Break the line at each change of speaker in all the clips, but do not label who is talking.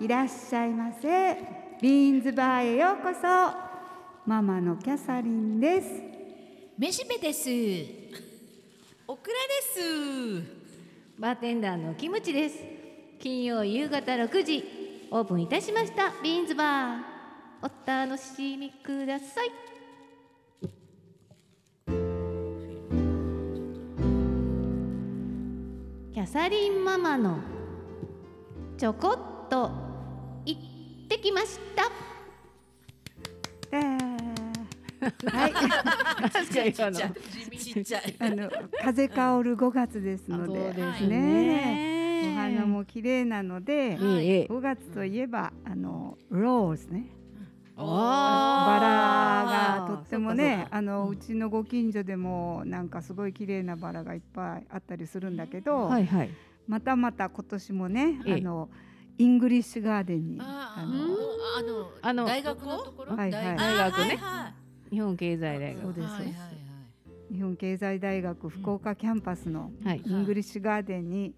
いらっしゃいませビーンズバーへようこそママのキャサリンです
めしべです。オクラです。
バーテンダーのキムチです金曜夕方6時オープンいたしましたビーンズバーお楽しみくださいキャサリンママのちょこっと行ってきました
あーはい
確かに
ちっちゃい。ちっちゃい。
あの風薫る5月ですの
そう
で
です
ね
ね
お花も綺麗なので
ええええ
5月といえばあのローズねバ
あー
ラがとっても
そうか
ね
そう
あのうちのご近所でもなんかすごい綺麗なバラがいっぱいあったりするんだけど、
はいはい
またまた今年もね、
ええ
あのイングリッシュガーデンに
あ
あ
あ
の
の
あ
あ
の
の大学のところ
はいはい大
学ね
あ
日本経済
ーは
大
いはい
学
そうです
はいはい
日本経済大学福岡キャンパスの
はい
イングリッシュガーデンに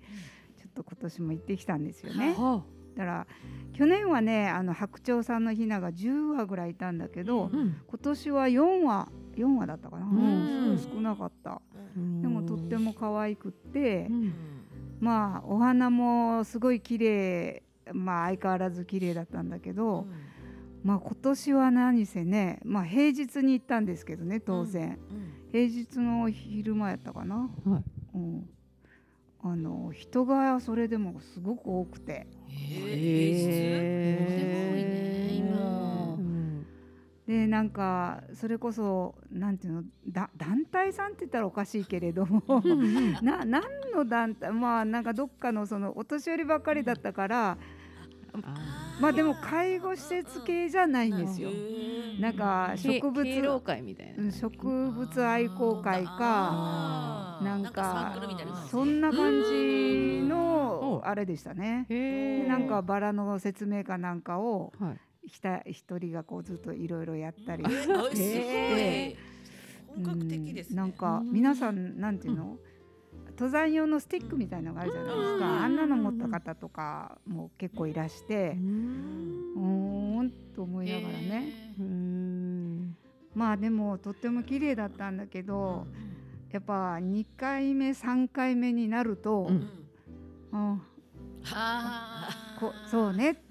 ちょっと今年も行ってきたんですよね。
は
だから去年はねあの白鳥さんのヒナが10羽ぐらいいたんだけど、
あうん
今年は4羽4羽だったかな、
ん
うん少なかった。でもとっても可愛くって、
うん
まあお花もすごい綺麗まあ相変わらず綺麗だったんだけ
う
ど、
ん
まあ今年は何せねまあ平日に行ったんですけどね当然、
うん
平日の昼間やったかな、
はい
うん、あの人がそれでもすごく多くて
えー平日すごいね今
うん
でなんかそれこそなんていうのだ団体さんって言ったらおかしいけれどもな何の団体まあなんかどっかのそのお年寄りばっかりだったから
あ
まあでも介護施設系じゃないんですよ
へ。ー
なんか
ー
植
け敬老
物
会みたいな
うん植物愛好会か
あー
なんか
サークルみたいな感じ
そんな感じ
う
の
ん
あれでしたね。
へ
でなんかバラの説明かなんかを
はい
ひた一人がこうずっといろいろやったり
あすごい
へ
本格的です
うん
ね
なんか
うん
皆さんなんていうの、登山用のスティックみたいのがあるじゃないですか、
うん
あんなの持った方とかも結構いらして、うーんと思いながらね、
う
へー
ん
まあでもとっても綺麗だったんだけど、やっぱ2回目3回目になると、
うん
うん
あー
こそうねって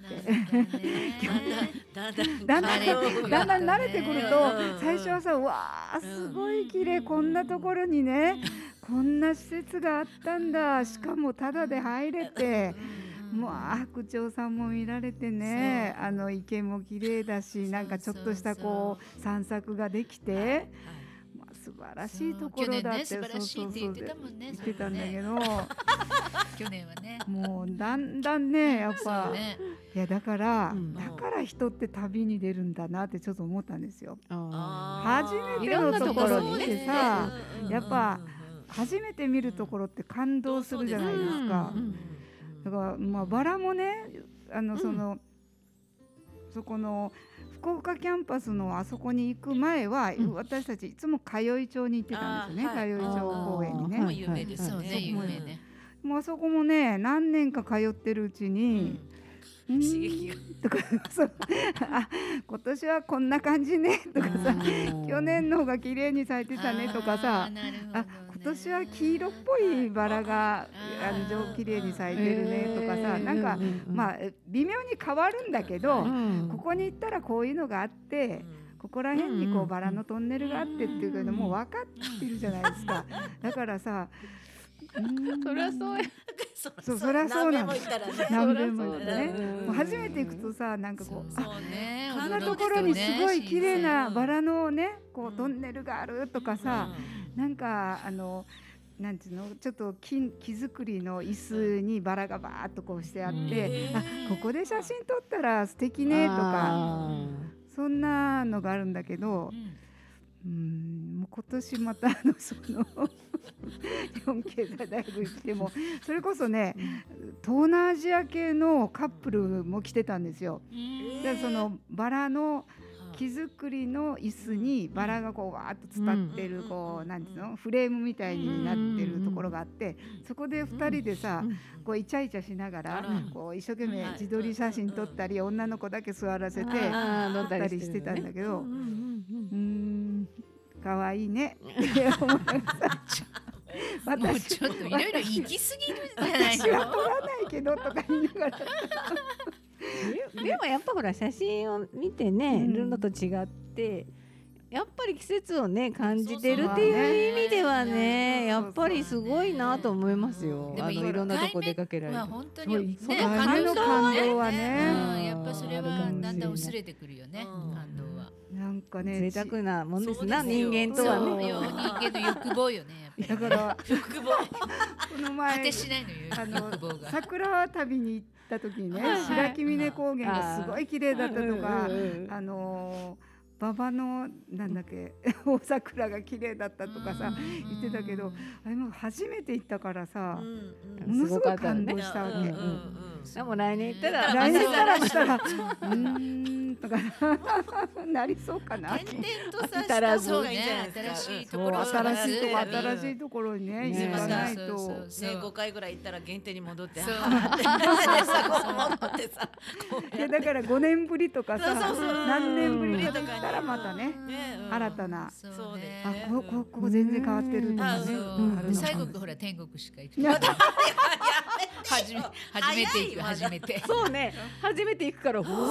だんだん
だ
だ
ん
ん
だ
だ
ん
ん
だんだん慣れてくる
う
と
ん
最初はさ「うわーすごい綺麗こんなところにねこんな施設があったんだしかもタダで入れてもう白鳥さんも見られてね
そう
あの池も綺麗だし
そう
なんかちょっとしたこう散策ができてまあ素晴らしいところだって
そう去年ね素晴らしいって言ってたもんね
言ってたんだけ
ど
ど
去年はね
もうだんだんねやっ
そ
ぱ
うね
いやだから
うん
だから人って旅に出るんだなってちょっと思ったんですよ。
あ
初めてのところに来てさ
うん
やっぱ初めて見るところって感動するじゃないですか
う。ん
だからまあバラもねあのその、そこの福岡キャンパスのあそこに行く前は、
うん
私たちいつも通い町に行ってたんですよね、
あーはい
通い町公園にね。
あー
も
は
う
い
有名ですよ
はい
は
ね
い
有名ね
もうあそこもね何年か通ってるうちに、うん、
刺激
と
が
か そうあ今年はこんな感じねとかさ去年の方が綺麗に咲いてたねとかさ
あーなるほど
あ
ね
今年は黄色っぽいバラが
あ
あ
ー
の綺麗に咲いてるねとかさ、なんか、まあ微妙に変わるんだけど、ここに行ったらこういうのがあって、
うん
ここら辺にこ
うんう
うんバラのトンネルがあってっていうけど、もう分かってるじゃないですか。だからさ、うーん
そりゃそうや
そうそりゃそうなの
何遍も行ったらね
何遍も行って
そりゃ
ね
そうだ。
もう初めて行くとさ、なんか
そ
こ
う
う。あ
そうね
こんなところにすごい綺麗なバラのね、こ
う
うんトンネルがあるとかさ、なんかあのなんていうのちょっと木木造りの椅子にバラがバーっとこうしてあって、
うん
あここで写真撮ったら素敵ねとかそんなのがあるんだけど
う、ん
うん、もう今年またあのその日本経済大学行ってもそれこそね東南アジア系のカップルも来てたんですよ。
うん
でそのバラの木造りの椅子にバラがこうわーっと伝ってる
うん
こ
う
うんなんていうのフレームみたいになってるところがあってそこで2人でさこうイチャイチャしなが
あ
ら
ら
こう一生懸
は
命
い
自撮り写真撮ったり女の子だけ座らせて撮
あー飲ん
った
だ
り
り
し
してて
た
た
ん
んだ
だけど
うんうんうん
うーん可愛いねって思いま
もう
し
ち
た
ょっといろいろ行き過ぎるじゃない
私は
の。
撮らないけどとか言いながら
でもやっぱほら写真を見てね、
うん
るのと違ってやっぱり季節をね感じてるっていう意味ではね
そうそう
やっぱりすごいなと思いますよ、
でも
あのいろんなとこ出かけられて
まあ本当に
そう
ね
一回目の感動はね
うんやっぱそれはだんだん薄れてくるよね
うん
感動は。
なんかね
贅沢なもんですな
そうですよ
人間
そ
と
う
は
よ
ね
人間の欲望よねやっ
だか
ぱり。
ら
欲望
この
果
前
てしないの
あ
よ
の
欲望が。
桜旅に行った時にね
はいはい
白木峰高原がすごい綺麗だったとか
うんうんうん
あの馬場のなんだっけ 大桜が綺麗だったとかさ言ってたけどあれも初めて行ったからさものすごく感動したわけ。
うんでも来年行ったら
来年から
ま
したら、うーんとかなりそうか な。
転々とさ
飽きたら
した方がいい
そうね
じゃないですか新しいところを
そう
新
探す
しいとこ
うん
新しいところにね
ね
行かないと
そうそうそう
ね五回ぐらい行ったら限定に戻って
そう
さこう戻ってさこう
いやだから5年ぶりとかさ
そうそうそう
何年ぶりかと言ったらまたね
ねうん
新たな
そう
そう
ね
ね
あここここ全然変わってるとか
あ
ね
そう
うんあるのかも
最後ほら天国しか行く
いや
と初め初めて行く初めて
そうね初めて行くからおー
そうわ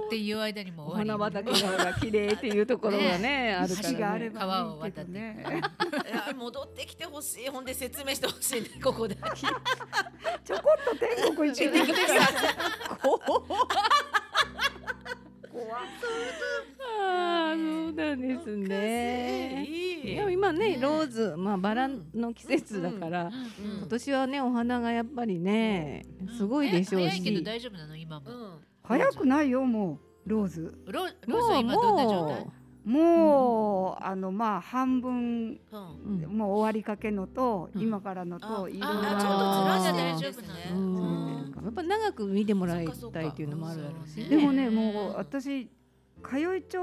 ーっていう間にも
お
終
花
わり
畑がほら綺麗っていうところがねあるから、ね、
橋があれば
川を渡って
ね
いや戻ってきてほしいほんで説明してほしいねここで
ちょこっと天国行ってみる
ああそうなんですね。いや今ねローズ、まあ、バラの季節だから、今年はねお花がやっぱりね、すごいでしょう
早いけど
し、
大丈夫なの今も
早くないよもうローズ
ロロー
も
ズ
う
今どんな状態
も
もうあのまあ半分
うん
う、うん、
もう終わりかけのと
うん
今からのといろいろ
あ
ちょっとず
な
らして
大丈夫な
ね
う
の
んやっぱ長く見てもらいたいっていうのもあるだろうし、
でもね
うん
もう私通い町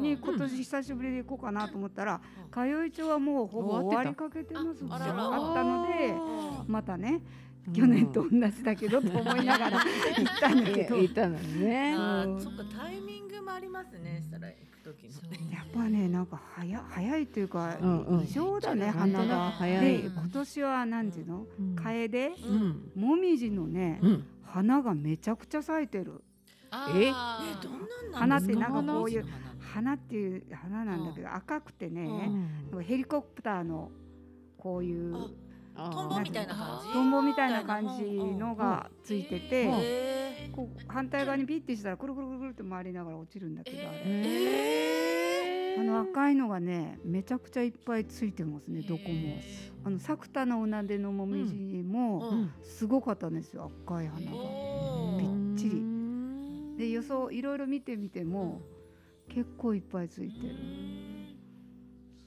に今年久しぶりで行こうかなと思ったら
うん
通い町はもうほぼ
終
終わ
わっ
り
てた
かけてますもん
あ
あ
らら
ったので
あ
またね
ー
去年と同じだけどと思いながら行ったんだけど
いたのね。
あ
うん
ーそっかタイミングもありますねしたら行く時
そ
の
う
やっぱねなんか早早いというか
うんうん
異常だね
本当だ
花が。
早
で
い。
今年は何ていうの
うん
楓
うん
もみじのね
うん
花がめちゃくちゃ咲いてる。
あ
え
ー
えどんなんな
花っ
んで
て
す
な
か
んかこういう
花の
花っていう花なんだけど赤くて
う
ね
ん
ヘリコプターのこういう
あ
あー
トンボみたいな感じ
トンボみたいな感じのがついて
へ
て
え
こう反対側にピッてしたらくるくるくるくるって回りながら落ちるんだけどあれ。
え
あの赤いのがねめちゃくちゃいっぱいついてますねどこも
へ。ー
あの作田のおなでのもみじも
うん
すごかったんですよ赤い花が。
お
び
ー
っちりで予想いろいろ見てみても結構いっぱいついてる。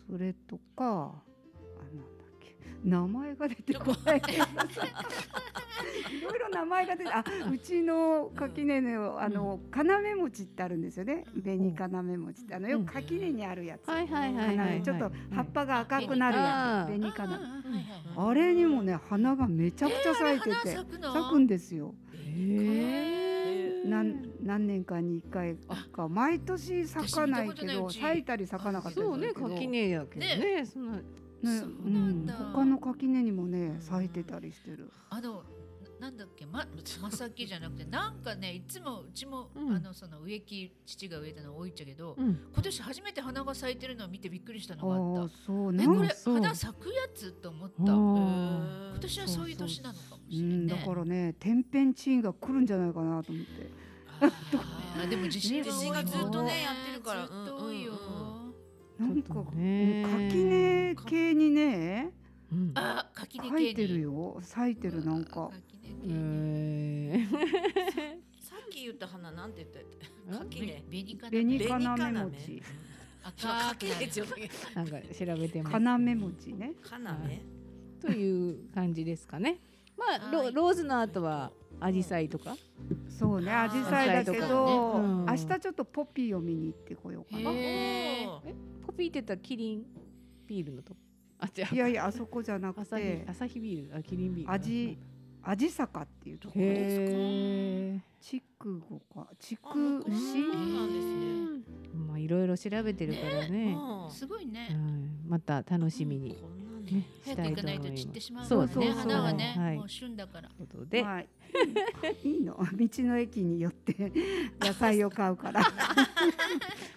それとかあなんだっけ名前が出てこない。 いろいろ名前が出てあうちの垣根のあの要餅ってあるんですよね紅要餅ってあのよく垣根にあるやつ。
はいはいはい
花
は
ね
い。
ちょっと葉っぱが赤くなるやつ、
うん
紅か
うん
な。
うんはいはい
あれにもね、花がめちゃくちゃ咲いて
花
て、
咲くの
咲くんですよ。
へー
なん、何年かに一回か、毎年咲かないけ
私見たことないう
ど、
ち
咲いたり咲かなかったり
そう
す
ね
るけど。
垣根やけどねそんな
ね
そううなん
ん、
だ
他の垣根にもね、咲いてたりしてる。
あのななんだっけままさきじゃなくてなんかねいつもうちも、
うん
あのその植木父が植えたの多いっちゃけど、
うん
今年初めて花が咲いてるのを見てびっくりした
ああ
のがあっ
ー、そう
た。
ね
ね、。これ
そう
花咲くやつと思った。今
あ
年はそういう年なのかも
う
しれない、
ん、
ね。
だからね、天変地異が来るんじゃないかなと思って。
あーでも地震が多いもん
地震がずっと
ねやってるか
ず
ら
っと多いよ。
うん
なん
ちょっ
か
と、ね
垣根系にね、
うん
あ垣根系に
咲いてるよ、咲いてるなんか。
垣根系
え
に。
ー
さっき言った花なんて言った
ん
っけね
紅かな。
紅
紅
要
要
餅。
赤く
け
な
ね
る
ちょっと
なんか調べてます
要餅ね。
花ね
という感じですかねま
は
あロ
い
ローズの後はアジサイとか
そうね、アジサイだけど、
紫陽花
明
ねうん
日ちょっとポピーを見に行ってこようかな。
へー
ポピーって言ったらキリンビールのとこあ違
いうやいや、あそこじゃなく
朝日
て、
朝日ビールあキリンビール
味アジサカっていうところです。
へえ
筑後か、
あ
筑
向こう
紫
そうなんですね。
まあいろいろ調べてるからね、は
うん
すごい
い
ね。、
また楽しみに
こんなん
ね
ね。
し
早
た
く
い
行
と
か
思
ないい
ま
と
す
散ってしまう
そ
か
う
ら
そう
ね。
そう
花はね、
はい
もう旬だから。
ということで、
ま あ、いいの、道の駅によって野菜を買うから。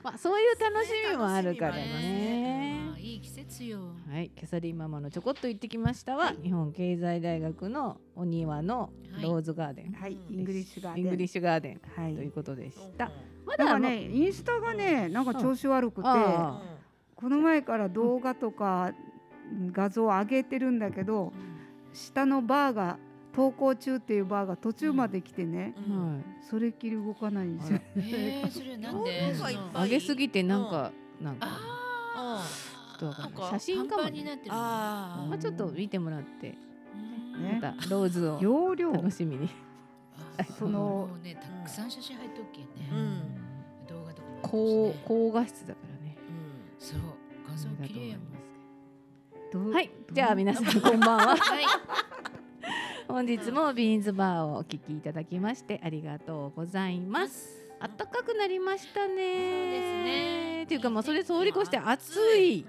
まあそういう楽しみもあるからね。
まあいい季節よ。
はい、キャサリンママのちょこっと言ってきましたは、日本経済大学のお庭のローズガーデン、
はい、
うん
イングリッシュガーデ
イングリッシュガーデン
は
という
い。
ことでした。ま
なん
だ
かね、インスタがね、なんか調子悪くて、
う
あ
ん
この前から動画とか画像を上げてるんだけど、下のバーが投稿中っていうバーが途中まで来てね、
う
ま
ん
は
それっきり動かないんですよ。
ええ、それなんで？
そ
そ
うなんかいっ
の
ぱい
い、上げすぎてなんか、なんか
あ
ちょっとわかん
な
なんい
か
写真
パン
かも
パンに
ね、
なってる。
あ
まあちょっと見てもらって、
うん
ね
またローズを
容量
楽しみに。
その
もうね、たくさん写真入っとくけん
う
ね。
ん
動画とかもあるしね。
高高画質だからね。
うん
そう、画像
あれだ
綺
と思
麗
い
やもん
ま。す
どう
はい、じゃあ皆さんこんばんは。本日もビーンズバーをお聞きいただきましてありがとうございます。あったかくなりましたね。そうです
ね
っていうかまあそれ通り越して暑い。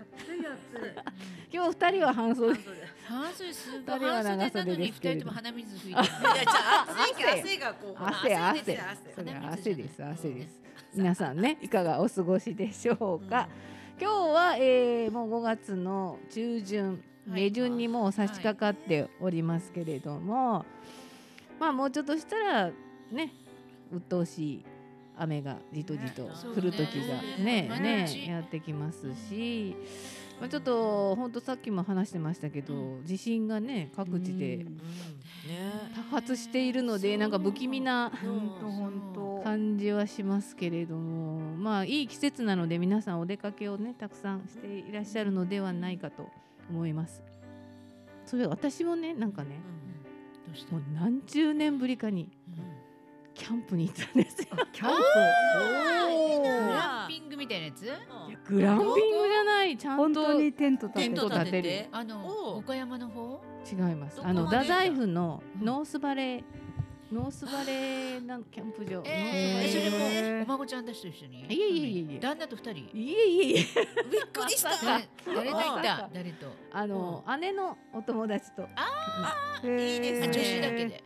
今日二人は半袖。
半袖すごい
二人は
半袖
長
なの
袖
に
で
二
すけれ
人
ど
とも鼻水吹いてるね
いやじゃあ暑いから
汗
汗がこうほら
汗
汗
汗
出て汗。
それは汗
汗
で
ですす
汗
汗
です。皆さんねいかがお過ごしでしょうか。今日は、えー、もう5月の中旬
はい
下旬にもう差し掛かっておりますけれども、まあもうちょっとしたらね鬱陶しい雨がじとじと
ね
降る時がね
そうね
ね
毎日
やってきますし、まあ、ちょっと本当さっきも話してましたけど地震がね各地で
うんね
多発しているのでなんか不気味な
本当本
感じはしますけれどもまあいい季節なので皆さんお出かけをねたくさんしていらっしゃるのではないかと思います。それ私もねなんかね
うん
どうした
もう何十年ぶりかに
うん
キャンプに行ったんですよ。
当。キャン
お
グ
ー
ランピングみたいなやつ
うん
グランピングじゃないち
プ
ゃ
本
んと
当
違い
にテント立
テン
て
ト
て。
立て
テ
て
あ
お
の
う
岡山の方
ます。あ
ど
の
こま
太
で行った
宰府のノースバレーノースバレーなんキャンプ場。
えー
ノースバレ
それ
ー
も
へー
お孫ちゃんたちと一緒に
いえいえいえいえ
旦那と二人
いえいえいえ
びっくりした
まさ
だ
か
誰と行っ
まさか
た誰と
あの、姉のお友達と
へー
いいで
あ
すね
女子だけで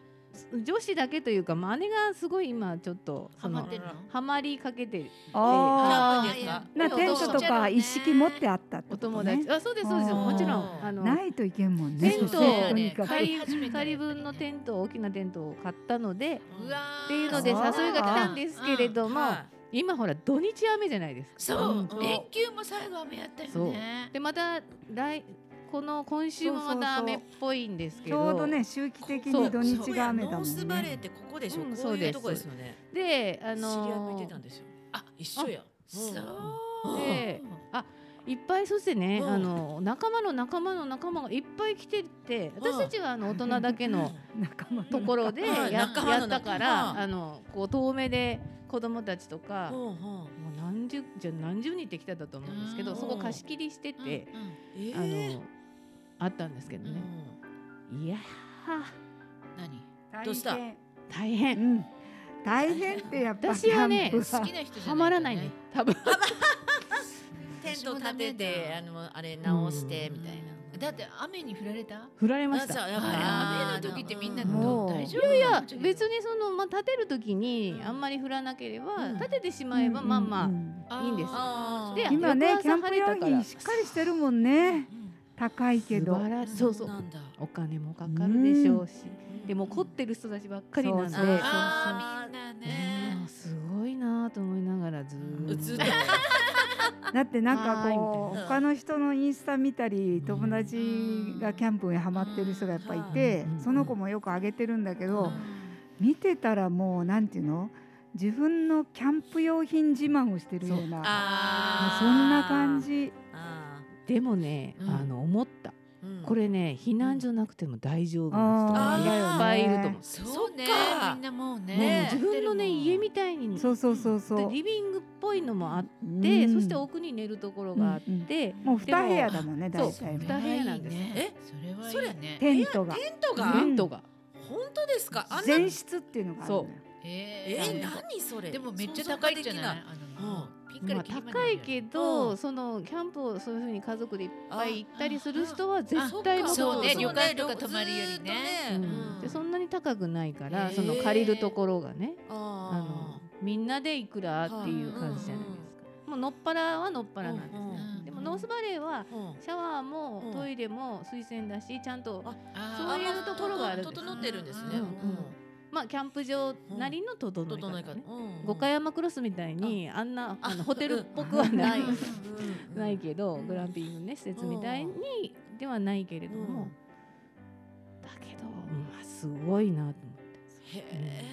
女子だけというか、まあ、姉がすごい今ちょっと
ハ
そ
マっ
の
てるの
ハマりかけてる
あ
キャン
あ
プ。です
な
か
テントとか一式持ってあったって
お
こと
友
ね
達、。あそうですそうです
あー
もちろんあの
ないといけんもんね。
テントを
本当にかく
買い始めた
2
ね
人分のテント大きなテントを買ったので
う
う
わ
わー
っていうので誘い
あ
が
ー
来たんですけれども、
は
今ほら土日雨じゃないですか
そう
うん
連休も最後雨やったよね
でまた来この今週もまた雨っぽいんですけ
ち
ど
ょうどね周期的に土日が雨だも
ノース
ん
バレ
ね
ーっ。てここでしょ、
うん
こ
そうう
い
です
うとこですよね、
であのー
知り合いもいてたんですよあ一緒や
そう
でいっぱいそしてね、
うん
あの仲間の仲間の仲間がいっぱい来てて
うん
私たちはあの大人だけの
仲間の
ところで
うん
や,、
仲間
や
の
ったか
仲
ら
間
あのこう遠目で子供たちとか、も
うんうん
う何十じゃ何十人って来たんだと思うんですけど、
うん
そこ貸し切りして
うんうん
て、
えー
あのあったんですけど
う
ね、
ん
いや
何
どうした
大変
ー大
うん、大変
変
ってやっぱ
私はね
キャンプ
好きな人じゃ
はまらないね多分
テント立ててあのあれ直してみたいな、
だって雨に降られた
振られまし
あ
た。
そうやっぱ
あれ雨の時ってみんな
も
ど
う
大丈
い
夫
やいや
なの
別にそのまあ立てる時に
うん
あんまり振らなければ
うん
立ててしまえばまあまあ
あー
いいんですよ
あー
で
今ね
翌
キャ
朝
ン
晴
プ
れた
用
から
品しっかりしてるもんね
うん
高いけど
素晴らしい
そ
そうう
そ
そうう
なんだ
お金もかかるでしょうし、でも凝
こ
ってる人たちばっかりなんで
そうそうそう
あーみんな
ね
ね
えすごいなと思いながらずー
う
っと
つっと
だってなんか
はーい
こ
み
う
た
他
いな
の人のインスタ見たり
ん
友達がキャンプにハマってる人がやっぱいて
うん
その子もよくあげてるんだけ
う
ど
うん
見てたらもうなんていうの自分のキャンプ用品自慢をしてるような
あ
そんな感じ
あ
でもね、
うん
あの思った
ーうん
これね避難所なくても大丈夫
あ
な
ー
人がいっぱいいると思う。
そうね
そっか
みんなもうね
ね
ね
自分のね家み
た
たいに
そうそうそうそう。
リビングっぽいのもあって、
うん
そして奥に寝るところがあって、
もう二部屋だもんね、
でも
大体
そ
も
う。二部屋なんです
え
えそ
そ
れはい
れ
いね
テントが
テントが
う
テ
ん
ントが、
本当ですかあんな
全室っていうのがあるのよ。
え
え
ー
ー、
なん
何それ
でもめっちゃ高いんじゃないあの
う
ピンか
ま
ら
あ、
キリまで
高いけど、
うん
そのキャンプをそういうふうに家族でいっぱい行ったりする人は絶対
あ
も
そうね
そう
旅館とか泊まるよりね
ずーっとね
うん
でそんなに高くないから、
へー
その借りるところがねあ
あ
のみんなでいくらっていう感じじゃないですか、もうのっぱらはのっぱらなんですね、
うん
でもノースバレーは
ーうん
シャワーも
うん
トイレも水洗だしちゃんと
あ
そ
そう
いうところがあるんです
整ってるんですね。
うん
まあキャンプ場なりの整
うん整
え
え
方
方
ね。
うん
五階山クロスみたいにあんなあのホテルっぽくは
うん
な
ないい。
ないけどグランピングね施設みたいにではないけれど
う
も
ん
だけどまあすごいなと思って
へえ。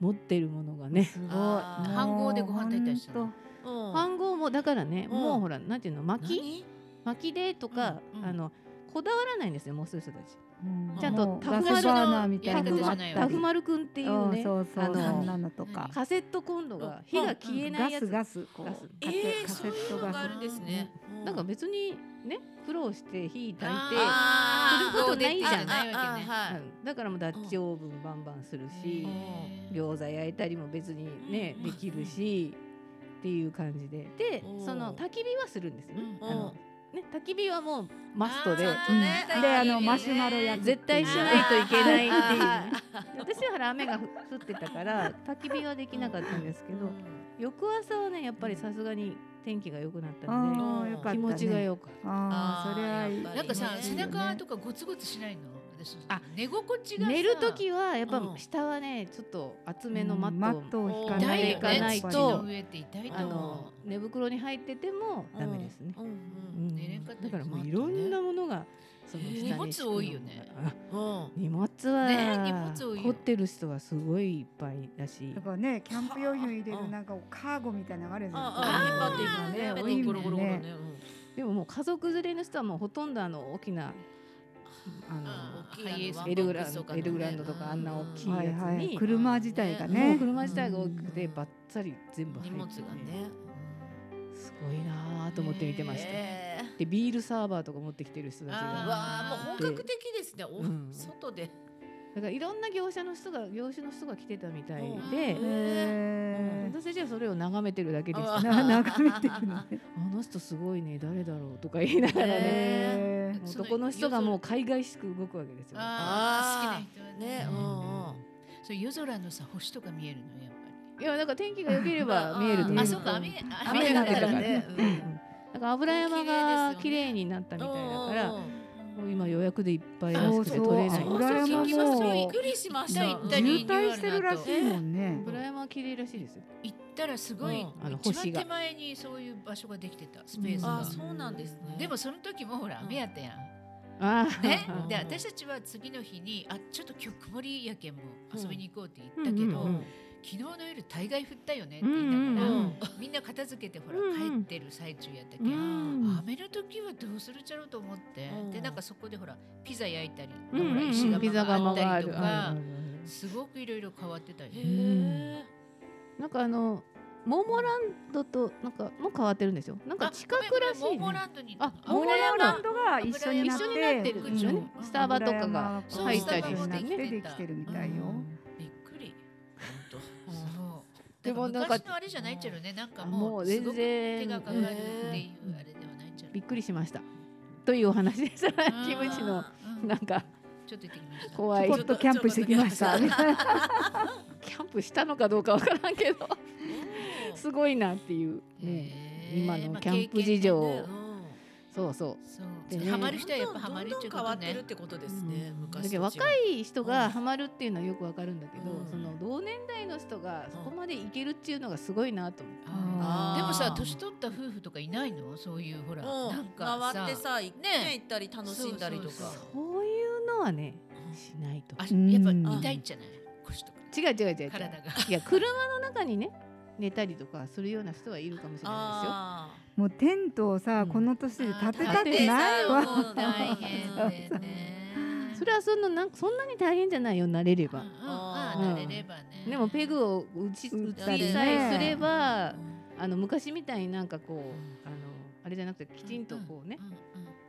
持ってるものがね
すごい。
あー
飯盒でご飯炊いたりしたの
ほんと
うん
飯盒もだからね
うん
もうほらなんていうの薪
何
薪でとか
うんうん
あのこだわらないんですよもうそういう人たち。
うん
ちゃんと
もう
タ
ガ
フ
スバ
マル
ー
の
ナーみたいなのがあっ
やり
ダ
た
フ
り。
マルくんってい
うん
うね
そうそう。
あ
あ
の
んなのとか。
カセットコンロが火が消えな
ガ
いや
ス
つ
ガスこう
ガス
カセ
ええ
カセ
そうい
ッ
う
ト
の
ガス
があるんですね。
なんか別にね苦労して火炊いて
あー
することないじゃん
あないわけね。
う
はい
んだからもうダッチオーブンバンバンするし餃子焼いたりも別にね
うん
できるしっていう感じでで
おー
その焚き火はするんですよね
うん
あのね焚き火はもうマストで
あーちゃんとね
うんであのマシュマロ焼く
絶対しないといけないっていうね私はほら雨が降ってたから焚き火はできなかったんですけど翌朝はねやっぱりさすがに天気が良くなったの
ああよかった
で
ね。
気持ちが良かった。
ああそれはいい
あーや
な
っぱ。り
んかさ
ね
背中とかゴツゴツしないの私あ寝心地がさ
寝る時はやっぱ
うん
下はねちょっと厚めの
うん
マットを、
トを引か
痛
ないい
よ
と
かな
ね
い
土
と
の上って痛いと
あ
思
の寝袋に入っててもダメですね、
うんう
うんん
寝れんかったり
だからもうい
しま
ろ
すね
んなものがその
えー
下に敷く
荷物
の
多いよね
あ
うん
荷物は、
ね荷物多いよ
凝ってる人はすごいいっぱいだし
だからねキャンプ用品入れ
はあ
るなんかカーゴみたいなのがあるんですよ。
ああ引っ張ってい
ね
くのね。
多いも
ゴロ
ん
ゴロゴロ
ね。
ね。うん
でももう家族連れの人はもうほとんどあの大きなあ
大きい
ハイエース
あ
の
の
エルグ
ワ
ラ
ン
ン
ボ
ド、
ックスとかのね
エルグランドとかあんな大きいやつ
はい
に、
はい。車自体が
もう
ね。
車自体が大きくて
うん
ばっさり全部入
荷
って
物が
て
ね。
すごいなぁと思って見てました、
えー
でビールサーバーとか持ってきてる人たち
あ
う
ー
が
わあもう本格的ですね。お
うん
外で。
だからいろんな業者の人が業種の人が来てたみたい
う
で、
ん
え
私たちはそれを眺めてるだけです
あ
あ
え。 な 眺めてるの ね。
の人すごいね誰だろうとか言いながらね、
え
へ
え
ーその
男の人がもう海外しく動くわけですよ
あ
あー
ー好きな人は
ね
ね。
うんうん。
そう夜空のさ星とか見えるのやっぱ
いやなんか天気が良ければ見えるってい
り。
う
あそうか雨
雨
だ
だ
っ
ったた
ら
ら
ね
ね。なんか油山が
綺
綺
麗ですよね
麗になったみたいだから
うんうんうん
もう今予約でいっぱいらし
そう
くて
そう。
取れない
そう
裏
そう
山
聞きましたび
も
っくりしまし
渋
た。行ったり
渋滞してるらしいもんね。
油山は綺麗らしいですよ
行ったらすごい、
うん
あの
一番
星が
手前にそういう場所ができてたスペース
あ
が
ー、そうなんですね。
でもその時もほら
うん
雨やったやん、
あー
ね
うん
で私たちは次の日にあちょっと今日曇りやけんもう遊びに行こうって言ったけ
うん
ど、
うんうん
昨日の夜大概降ったよねって言いながら、
うん
うん
みんな片付けてほら
うんう
帰っ
ん
てる最中やったけ、
うんん
雨の時はどうするちゃろうと思って、
うん
でなんかそこでほらピザ焼いたり、
うんうん
ほら
うん
石
ピザ
窯があっ
窯があ
たりと
る
か、
うんうんうん
すごくいろいろ変わってたよ
へ
ね。
ー
なんかあのモーモランドとなんかもう変わってるんですよ。なんか近くらし
あごめ
い、
んごめんモーモ
ね。
ランドに
あ
モー
モー
ラ
ラ
ン
ン
ランドが一緒になっ
一緒になって
て
るんですよね。
うん
スターバとかが入ったり
一緒に
して
なって
ね。
できてるみたいよ。
びっくり。
本
そう。で
で
も
もなんか
昔のあれじゃないっちゃろね、なんかも
も
う
う
すご
全
く手
然
がかかるっていうあれではないんじゃろ。
びっくりしました。というお話でした。
うん
キムチの
うん
なんか
ちょっと行ってきました。
怖
ち
い
ょこっとキャンプしてきました。みたいな
キャンプしたのかどうかわからん けど、すごいなっていうね。
ね
今のキャンプ事情をそうそ
そう
でね
ハマる人はやっぱハマるっ
どん
ちゅ
どん
うこ
変わ
と
ってるっ
ね。
てことですね。
う。だ
昔
け
と違
ど
う
若い人
う
が
ん
ハマるっていうのはよくわかるんだけど、
うん
その同年代の人がそこまでいけるっていうのがすごいなと思って。
あーで
あー
もさ、年取った夫婦とかいないの？そういうほらな
うんん
か
回って
さ、
さ、ね行ったり楽しんだりとか。
そうそうそ
そういうのはねしないと
あ
うん
やっぱ痛いんじゃない？腰とか
違う違う違う違う
体が。
いや車の中にね寝たりとかするような人はいるかもしれ
あ
な
もうテントをさ、
うん
この年で
ー
立てたくない
立てた
わ
らもう大変でね。
い ですよ。それはそんななんかそんなに大変じゃないよ慣れれば。
あ
うん
ー慣れればね。
でもペグを打ち
打
打
っ
ったた
りね
りさえすれば、
うん
あの昔みたいになんかこうあのあれじゃなくてきちんとこうね、
んん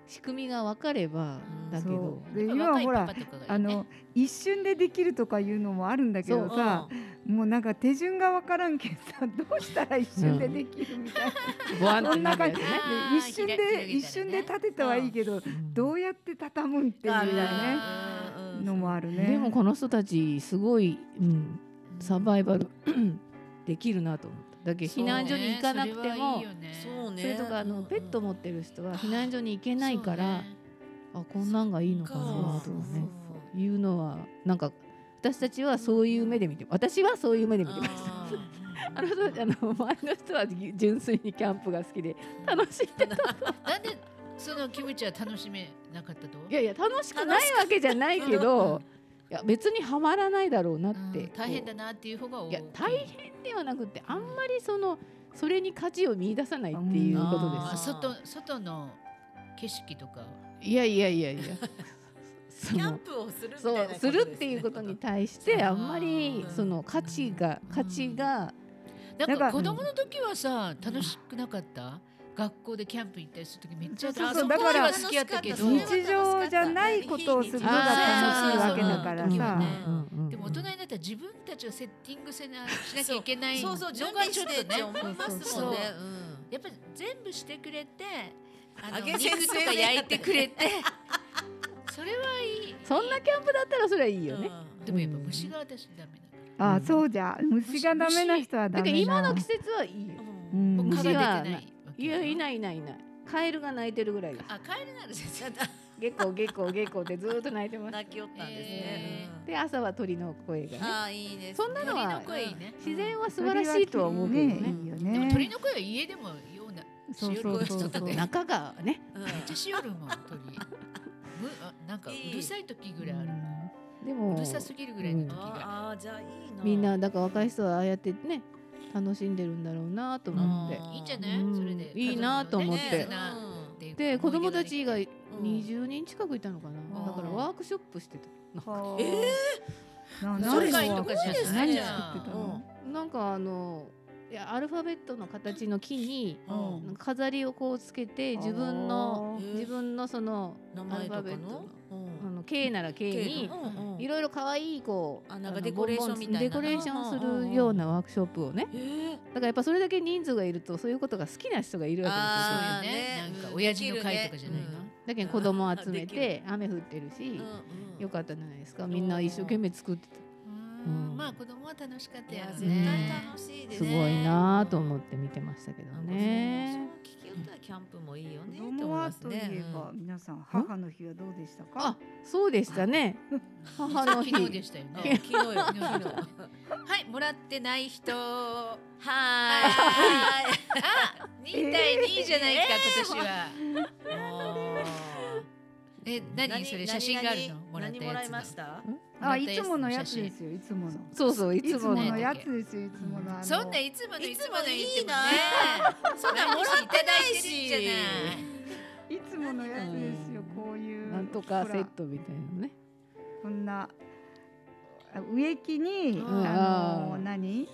仕組みが分かれば
うん
だけ
そ
ど
う。で
やっ
今
ぱ若い
ほ
パ
ら
パとかがいいね
あの一瞬でできるとかいうのもあるんだけどさ、もうなんか手順がわからんけんさどうしたら一瞬でできるみたいな、
ボワンっ
そ
て
ん
な
なん
か
感
や
じ
つ
で一瞬で、
あー開き広げ
ね
たらね
一瞬で立てたはいいけど、どうやって畳むんっていうようなねのもあるね。
でもこの人たちすごい、うん、サバイバルできるなと思った。だけど避難所に行かなくてもそれ,、
そうね。
とかあのペット
も
持ってる人は避難所に行けないから、あこんなんがいいのかなとかねいうのはなんか私たちはそういう目で見て私はそういう目で見てます。あの人あの周りの人は純粋にキャンプが好きで楽しいって
なんでそのキムチは楽しめなかったと？
いやいや楽しくないわけじゃないけどいや別にはまらないだろうな
う
っ
ん
て、
大変だなっていう方が多
いや大変ではなくてあんまりそのそれに価値を見出さないっていうことで
あー
す。
外外の景色とか
いやいやいや いや。そ
キャン
の
プをするみたい
そ
な
う
こと
するっていうことに対してあんまり
うん
その価値が価値が
な
なんんか
か子供の時はさ楽しくなかった学校でキャンプ行ったりする時めっちゃ
そうそう
あ
そう
こ
だから
は好きやったけど
日常じゃないことをするのが楽しいわけだから
そうそうそうそう
さ
う。
うんうんうん
でも大人になったら自分たちがセッティングせなしなきゃいけない
そうそう
の
自
が
分で
ちょっと
してって
ね
思いますもんね。うん
やっぱり全部してくれてあの
揚げ先生
肉とか焼いてくれてそれはいい
そんなキャンプだったらそれはいいよね。
でもやっぱ虫が私ダメ
あそうじゃ虫がダメな人はダ
だから
メ
今の
な
季。節はいいよ。
うん
だから蚊
虫は
が出てないわけ
いやい
い
ないいないいない。カエルが鳴いてるぐらいです。
あカエルなる先生
ゲコゲコゲコってずーっと鳴いてます。
泣きよったんです
え
ね。うん
で朝は鳥の声がね。
ああいいです。
そんなの
鳥
は
の声いいね
自然は素晴らしいとは思うけどね。
いいよ
でも鳥
ね。
の声は家でもような
そうそうそうそう。
中がね、
うん
めっちゃしよるもん鳥むあなんかうるさい時ぐらいある
で
う
も
るさすぎるぐらいの時が
ああじゃあいいな。
みんなだから若い人はああやってね楽しんでるんだろうなと思って
うん
いいんじゃないそれで
いいなと思っ
家
て
ね
族のねっていう
で子供たちが
うん
20人近くいたのかなだからワークショップしてた
それがいいとかじゃない
何
じゃ
作
ん
ってたの？
なんかあのいやアルファベットの形の木に
うん
なんか飾りをこうつけて自分の
えー
自分のその
名前と
ア
か
ルファベット
の
の。
うん
あの K なら K に
うんうん
いろいろ可愛いこう
あなんか
あの
デコレーション
ボボ
みたいな
デコレーションするようなワークショップをね
えー
だからやっぱそれだけ人数がいるとそういうことが好きな人がいるわけですよ。
あー
あー
ね
ね
なんか親父の会とかじゃないの
だけど子供集め
で
て雨降ってるし、
うん
よかったじゃないですかみんな一生懸命作ってて
うん
うん
まあ子供は楽しかった
い
や
や
ろ
絶対
ね
楽しいですす
ご
ね。
いなぁと思って見てましたけどね。
そうそう聞きよったらキャンプもいいよ
子
ねと
供
思い
は
ます
といえ
ね。
ば皆さん母の日はどうでした
あ
か？
そうでしたね母の日
昨日でしたよ
うん
ね
昨日 よ昨日よ
はいもらってない人は
はーい。
い2対2じゃ ないか今年はえ何それ写真があるのもらっ
何
た
もら
や
い
つ
ま
の
した。
あいつものやつですよいつもの。
そうそうい
い
つ
つも
もね
のやつですよいつもの。
そんないつものい
い
つ
つ
も
も
の
の
い
い
つ
い
もね
な
そんなもらってないしいただいてるんじ
いつものやつですよこういう。
なんとか
ほ
セ
ら
ットみたいなね
こんなあ植木に、
うん
あの
あー
何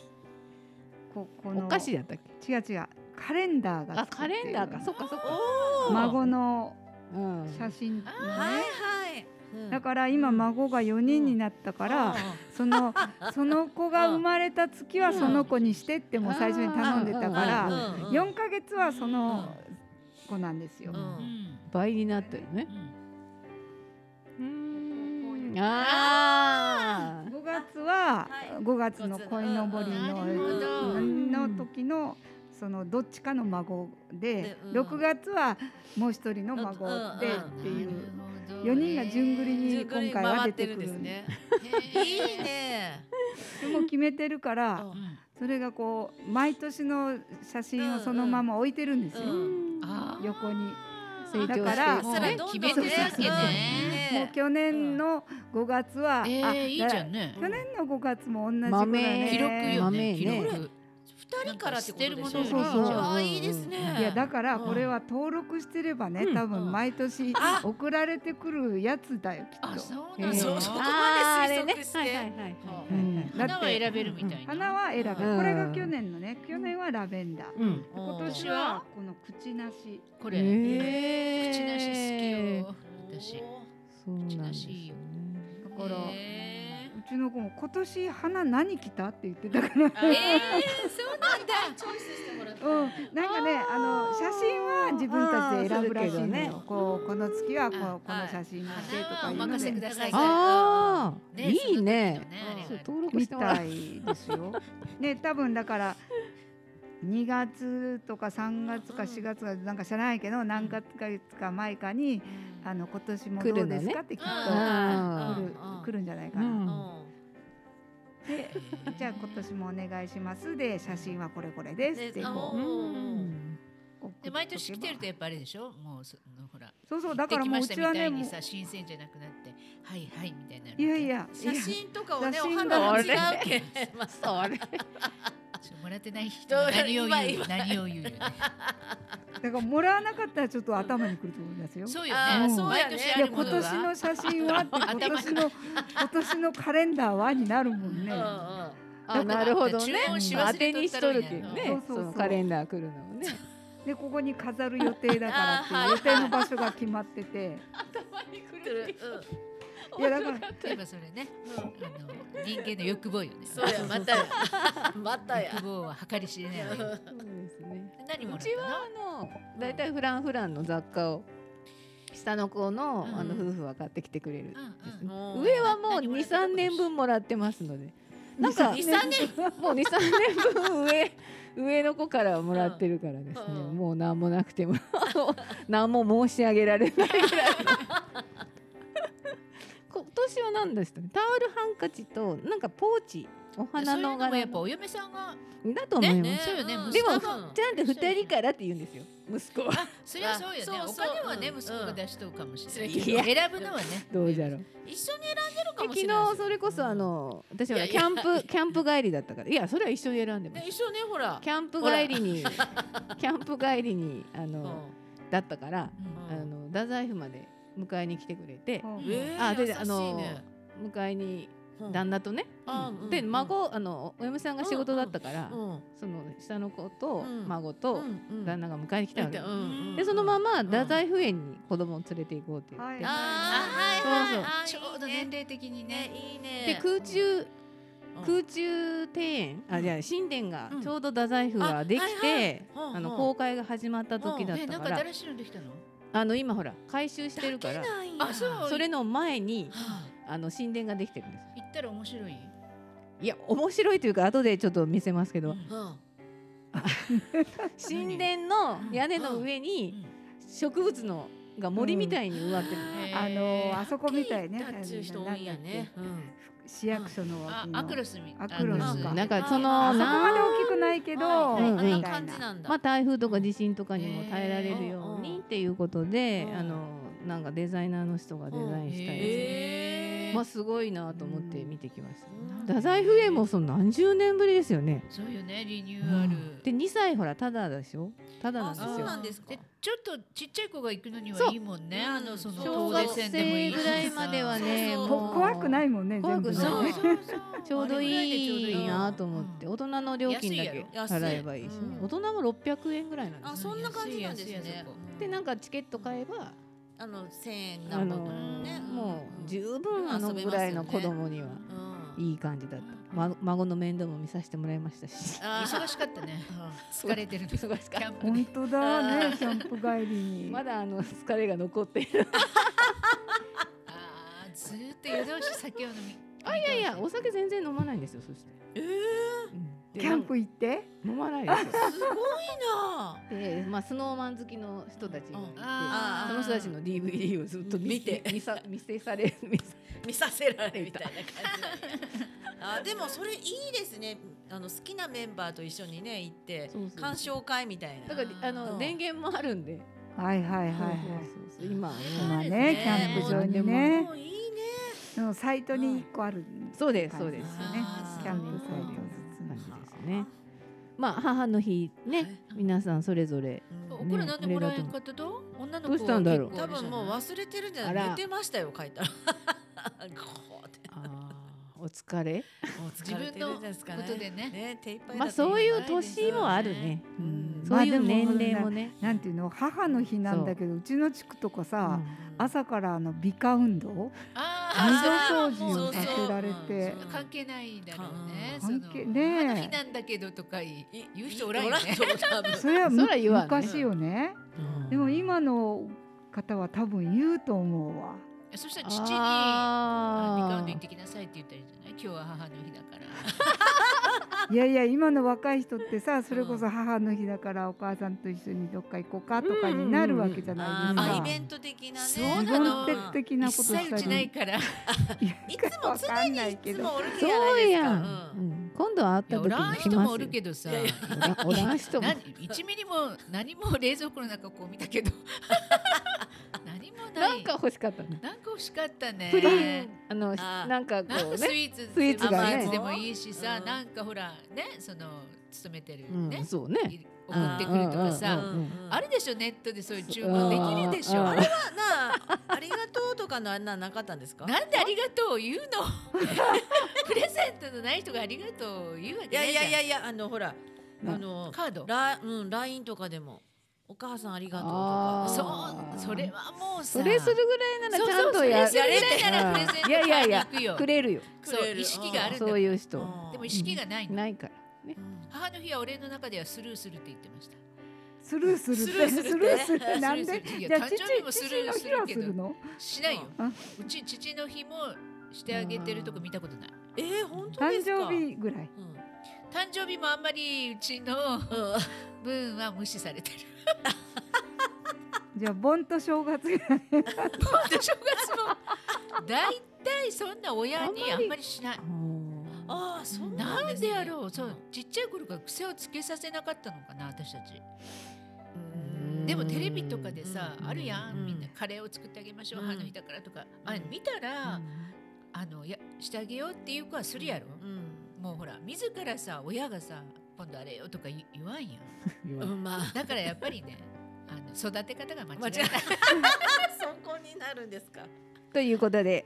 ここの
お菓子だったっけ
違う違うカレンダーが
あ
作
カ
ってる
レンダーかそっかそっか
孫の
うん
写真のね、
はいはい。
だから今孫が4人になったから、そ のその子が生まれた月はその子にしてってもう最初に頼んでたから、
うんうん
4ヶ月はその子なんですよ。
うん
倍になったよね
ん
あ
5月は
はい
5月の鯉のぼりの
うんな
ほど
る
の時のそのどっちかの孫で
でうん
6月はもう一人の孫で
うん
ってい
ゃ
う
な
4人が順繰りに
順繰り
今回は
回
出
ってて
くる
るんですね。いい
いい ね
ね。
でも決めてるから
うん
それがこう毎年の写真をそのまま置いてるんですよ
うん
あー
横に。
ー成長して
だから
そしたらどんどん
決めてるわけね
うん
もう去年の5月はあ
えー、いいじ
だか
ゃ
ら
んね
去年の5月も同じぐらい
豆
ね
記録よ
豆
ね
ね
記録
人からってことでしょ
そうそうそう
あいいですね
いやだからこれは登録してればね、
うん
多分毎年
あ
送られてくるやつだよきっと。
あそう
え
な
ー
ん
そ
だ
うそこ
あ
ま
ー
で
あれ
推
ね
測して、
はいはいはい
は
う
あ
んだって
花は選べるみたいな。
花は選ぶ、
うん
これが去年のね去年はラベンダー、
うん
今年はこの口なし
こ
え
れ、
ー
口なし好
私
そうなんで
口
すよ
なし
ね
だ
きよ
から、
え
うちの子も今年花何来たって言ってた から、
ーえーそうなんだ
うん、なんかねあの写真は自分たちで選ぶらしいのよ、
あー
こうこの月はこう
あ
この
はい
写真にしてと
花はお
かいうの
任せく
で
ださい
ああ、
ね
いいね。
そ
そうう
だとね
登録
み
してもらう
たいですよ。 ね多分だから2月とか3月か4月がなんか知らないけど何月か前かにあの今年もどうですかってきっと
あ
来
ー
る来るんじゃないか
う
な。
ん
でじゃあ今年もお願いしますで写真はこれこれですってこ
う
うん
ん
う送っとけば。
で毎年来てるとやっぱあれでしょもうそのほら
そうそうだから
でき
もう
ま
う
した
ち
み
は
た
ね
い
も
に
う
さ新鮮じゃなくなってはいはいみたいになるわけ
いやいや
写真とかをね
写
お
真
花は違う
あ
けど
それ
ちょもらってない人は何を言う何を言うよね
だからもらわなかったらちょっと頭にくると思いますよ。
そうよ
う
ああ、
ん
ね
そう
毎
やね
年
い
あ
や
るも
今
の
年
が
の写真 はって今年の今年のカレンダーはになるもんね。
あなるほどね
注文し忘れとったら
当てにしとるけど
そう
ね
そう
そ
そう
のカレンダー来るのをね
でここに飾る予定だからっていう予定の場所が決まってていやだから
例えばそれねあの人間の欲望よね
そうや、またや。 またや。
欲望は計り知れないわよ
そうですね
何もら
う
っ
ち
たの
はあのだいたいフランフランの雑貨を下の子のあの夫婦は買ってきてくれる
うんうん
もう
上はもう
何もら
二
ったこと
三年分もらってますのでなんか
二三年
もう二三年分上上の子からはもらってるからですね
うん
もう何もなくても何も申し上げられないぐらい今年は何でしたねタオルハンカチとなんかポーチお花
そうい
の
うのも
柄
やっぱお嫁さんが
だと思います、
ね
そうよね
うん
息
でもち
子
う
が
ん
ゃんと二人からって言うんですよ息子は
そりゃそうよね
あそ
お
うそう
金はね
うん
息子が出しとるかもしれない
いや
選ぶのはね
どうじゃろう
一緒に選んでるかも
昨
しれない
日。それこそあの私はい
やい
キ
や
ャンプキャンプ帰りだったからいやそれは一緒に選んでま
ね、
す
一緒ね、ほら。
キャンプ帰りに キャンプ帰りにあ
う
の
ん
だったから
う
あ
ん
の太宰府まで迎えに来てくれて
うん
えー
あで
優し
あ
い
の
ね
迎えに
うん
旦那とね、
あうん
で
うん
孫あのお嫁さんが仕事だったから、
うん
その下の子と
うん
孫
う
と
ん
旦那が迎えに来たわけ、
うん
でそのまま
うん
太宰府園に子供を連れて行こうって言って、
はい
あ
そうそう
あはいはいあ
ちょうど年齢的にね
いいね
で空中
うん
空中庭園あじゃあ神殿がちょうど太宰府ができて、
あはいはい
あ
うんう
の
ん
公開が始まった時だっ
えな
た
ん
か、
から新しいのできたの
あの今ほら改修してるから
あそう
それの前に
はあ
あの神殿ができてるんです
行ったら面白い
いや面白いというか後でちょっと見せますけど、
うん
神殿の屋根の上に植物のが森みたいに植わってる、
あのあそこみたいね
だっちゅう人多いんやねうん
市役所の
あ
脇の
アクロスみ
アクロス
うん
なんか
なんかそ
あ
あそこ
のな
まで大きくないけど、
はいはい
うんうん
あん
み
な
たい
感じ
な
なんだ
まあ、台風とか地震とかにも耐えられるよう
へー
にっていうことで、
うん
あのなんかデザイナーの人がデザインしたり、
え
まあ、すごいなと思って見てきました、
うん
太宰府園もその何十年ぶりですよね、
そうよねリニューアル
で2歳ほらただでしょただなん
あ
です
そう
よ
なんですか
でちょっとちっちゃい子が行くのに
そ
は
う
いいもんねあのその
小
遠
学
出線でもい
生
いし
ぐ
さ
らいまではね
そう
こ
もう
怖くないもんね
怖
全
く
部
ない
ね
そうそうそう
ちょうど
あれぐらでちょうど
いいなと思っ
う
て
ん
大人の料金だけ
安いやろ
払えばいいしね、
安い
大人も600円ぐらいなんです
あそんな感じなんです
安い安い
ね
そこ
でなんかチケット買えば、
あの千円
あ
何
の
本だもんね
もう
十
十分あのぐらいの子供には
うん
いい感じだった、ま、孫の面倒も見させてもらいましたし
あー
忙しかったね
うん
疲れてるの
忙しかった
キャンプ
本
に
当だねキャンプ帰りに、
まだあの疲れが残っている
あーずーっと夜通し酒を飲み
あいやいやお
お
酒全然飲まないんですよそして、
えー
うんで
キャンプ行って
飲まないですよ
すごいな
で、まあ、スノーマン好きの人たちがいて
あー
その人たちの DVD をずっと見て見 さ見せされる見さ
見させられるみたいな感 じなんやあでもそれいいですねあの好きなメンバーと一緒にね行って
そうそう
鑑賞会みたい
だ
な
からあの電源もあるんで
はいはいはいはい
そうそうそう今はね
まあ
ね
ねキャンプ場にね
もういいね
そのサイトに一個ある
そうですそうです
感じよね
あー
キャンプサイ
そう
トずつ
感じですねまあ母の日ね、
はい
皆さんそれぞれ
おこれなんでもらえんかったと女の子
どうしたんだろう
多分もう忘れてるんじゃ
あ
な
ら
い寝てましたよ書いたら こうって
お疲れ
もう
自
疲れ
分
てる
の
んじゃないですかね
ことでね
ね手いっぱい
まあ
だと
そ
思
う
い
い
ます
う年もあるね、
う
うんん
そういう
まあでも
年齢もね、
なんていうの母の日なんだけどうちの地区とかさ、朝からあの美化運 動
あ
二度掃除をさせられて
そうそう
ー関係ないだろうね
関係ねえ
えの日なんだけどとかい
い
言う人おらんよね
おらんと多分
それはむ
そら言わんね
昔よねでも今の方は多分言うと思う わ
そしたら父にあの「リカウン
あ
ド行っ
ー
てきなさい」って言ったらいいんじゃない今日は母の日だから
いやいや今の若い人ってさそれこそ母の日だからお母さんと一緒にどっか行こうかとかになるわけじゃ
あ
ないです
ー
か
まあイベント的なね
そうなの
基本的なこ
一
としたり
切うちないから
いつも常にいつもおるじゃな
そ
いうです
や
か
ん、うん今度会っ
いや
た
お
時
らん
に来
人
ま
も
す
お
よ
るけどさ
おらおらん人も
な1ミリも何も冷蔵庫の中こう見た けど何もな
ないんか欲しかったね
なんか欲しかったね
プリンあの
ー
なんかこ
なん
う
かスイ
ね
ーツ
スイーツ
がね
甘いやつでもいいしさ、
うん
なんかほらねその勤めてる
うん
ね、
そうね
い送ってくるとかさ、
うんうんうん
あるでしょネットでそういう注文できるでしょ
うん
あ
あ
れ
れは なあありがとうとかのあんななかったんですか
なんでありがとう言うのプレゼントのない人がありがとう言うわ
い
け
や
ないいじゃん
やいやいやあのほら
な
あの
カード
ラうんラインとかでもお母さんありがとうと
あー
か
そうそれはもうさ
それするぐらいならちゃんとや
そうそうそれするぐらいなら
う
プ
ん
レゼント
いやいや
買い
い
に
や
行くよ
くれるよ
そう
そう意識があるんだ
そういう人
うん
でも意識がないの、
ないからね
母の日は俺の中ではスルーするって言ってました
スルーするって
スルーする
スルーす
って
るなん
スル
で
ーするいや
じゃあ
誕
父
生日もスル
父
ー
の
す
日
る
は
け
す
ど
るの
しないよ
あ
うち父の日もしてあげてるとこ見たことない
えー本当で
誕
すか
生日ぐらい
うん
誕生日もあんまりうちの
うん
分は無視されてる
じゃあ盆と正月 ぐらい
本当正月も大体そんな親にあんまりしない
ああそう
なん
です
で
ね
やろうそうちっちゃい頃から癖をつけさせなかったのかな私たち
うん
でもテレビとかでさ
うん
あるや
うん
んみんなカレーを作ってあげましょう
うん
母の日だからとかあ
うん
見たらあのやしてあげようっていう子はするやろ
うん
もうほら自らさ親がさ今度あれよとか言言わんやん
うんまあ
だからやっぱり ねあの育て方が間違い
間
な
違
い
い そこになるんですか
というこ とで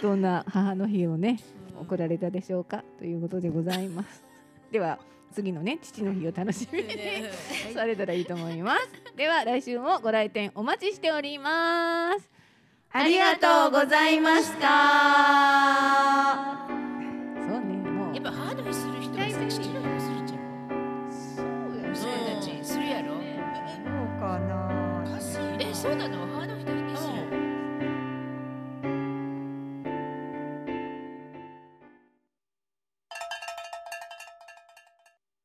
どんな母の日をね送られたでしょうかということでございますでは次のね父の日を楽し みに
ね
されたらいいと思いますでは来週もご来店お待ちしておりますありがとうございました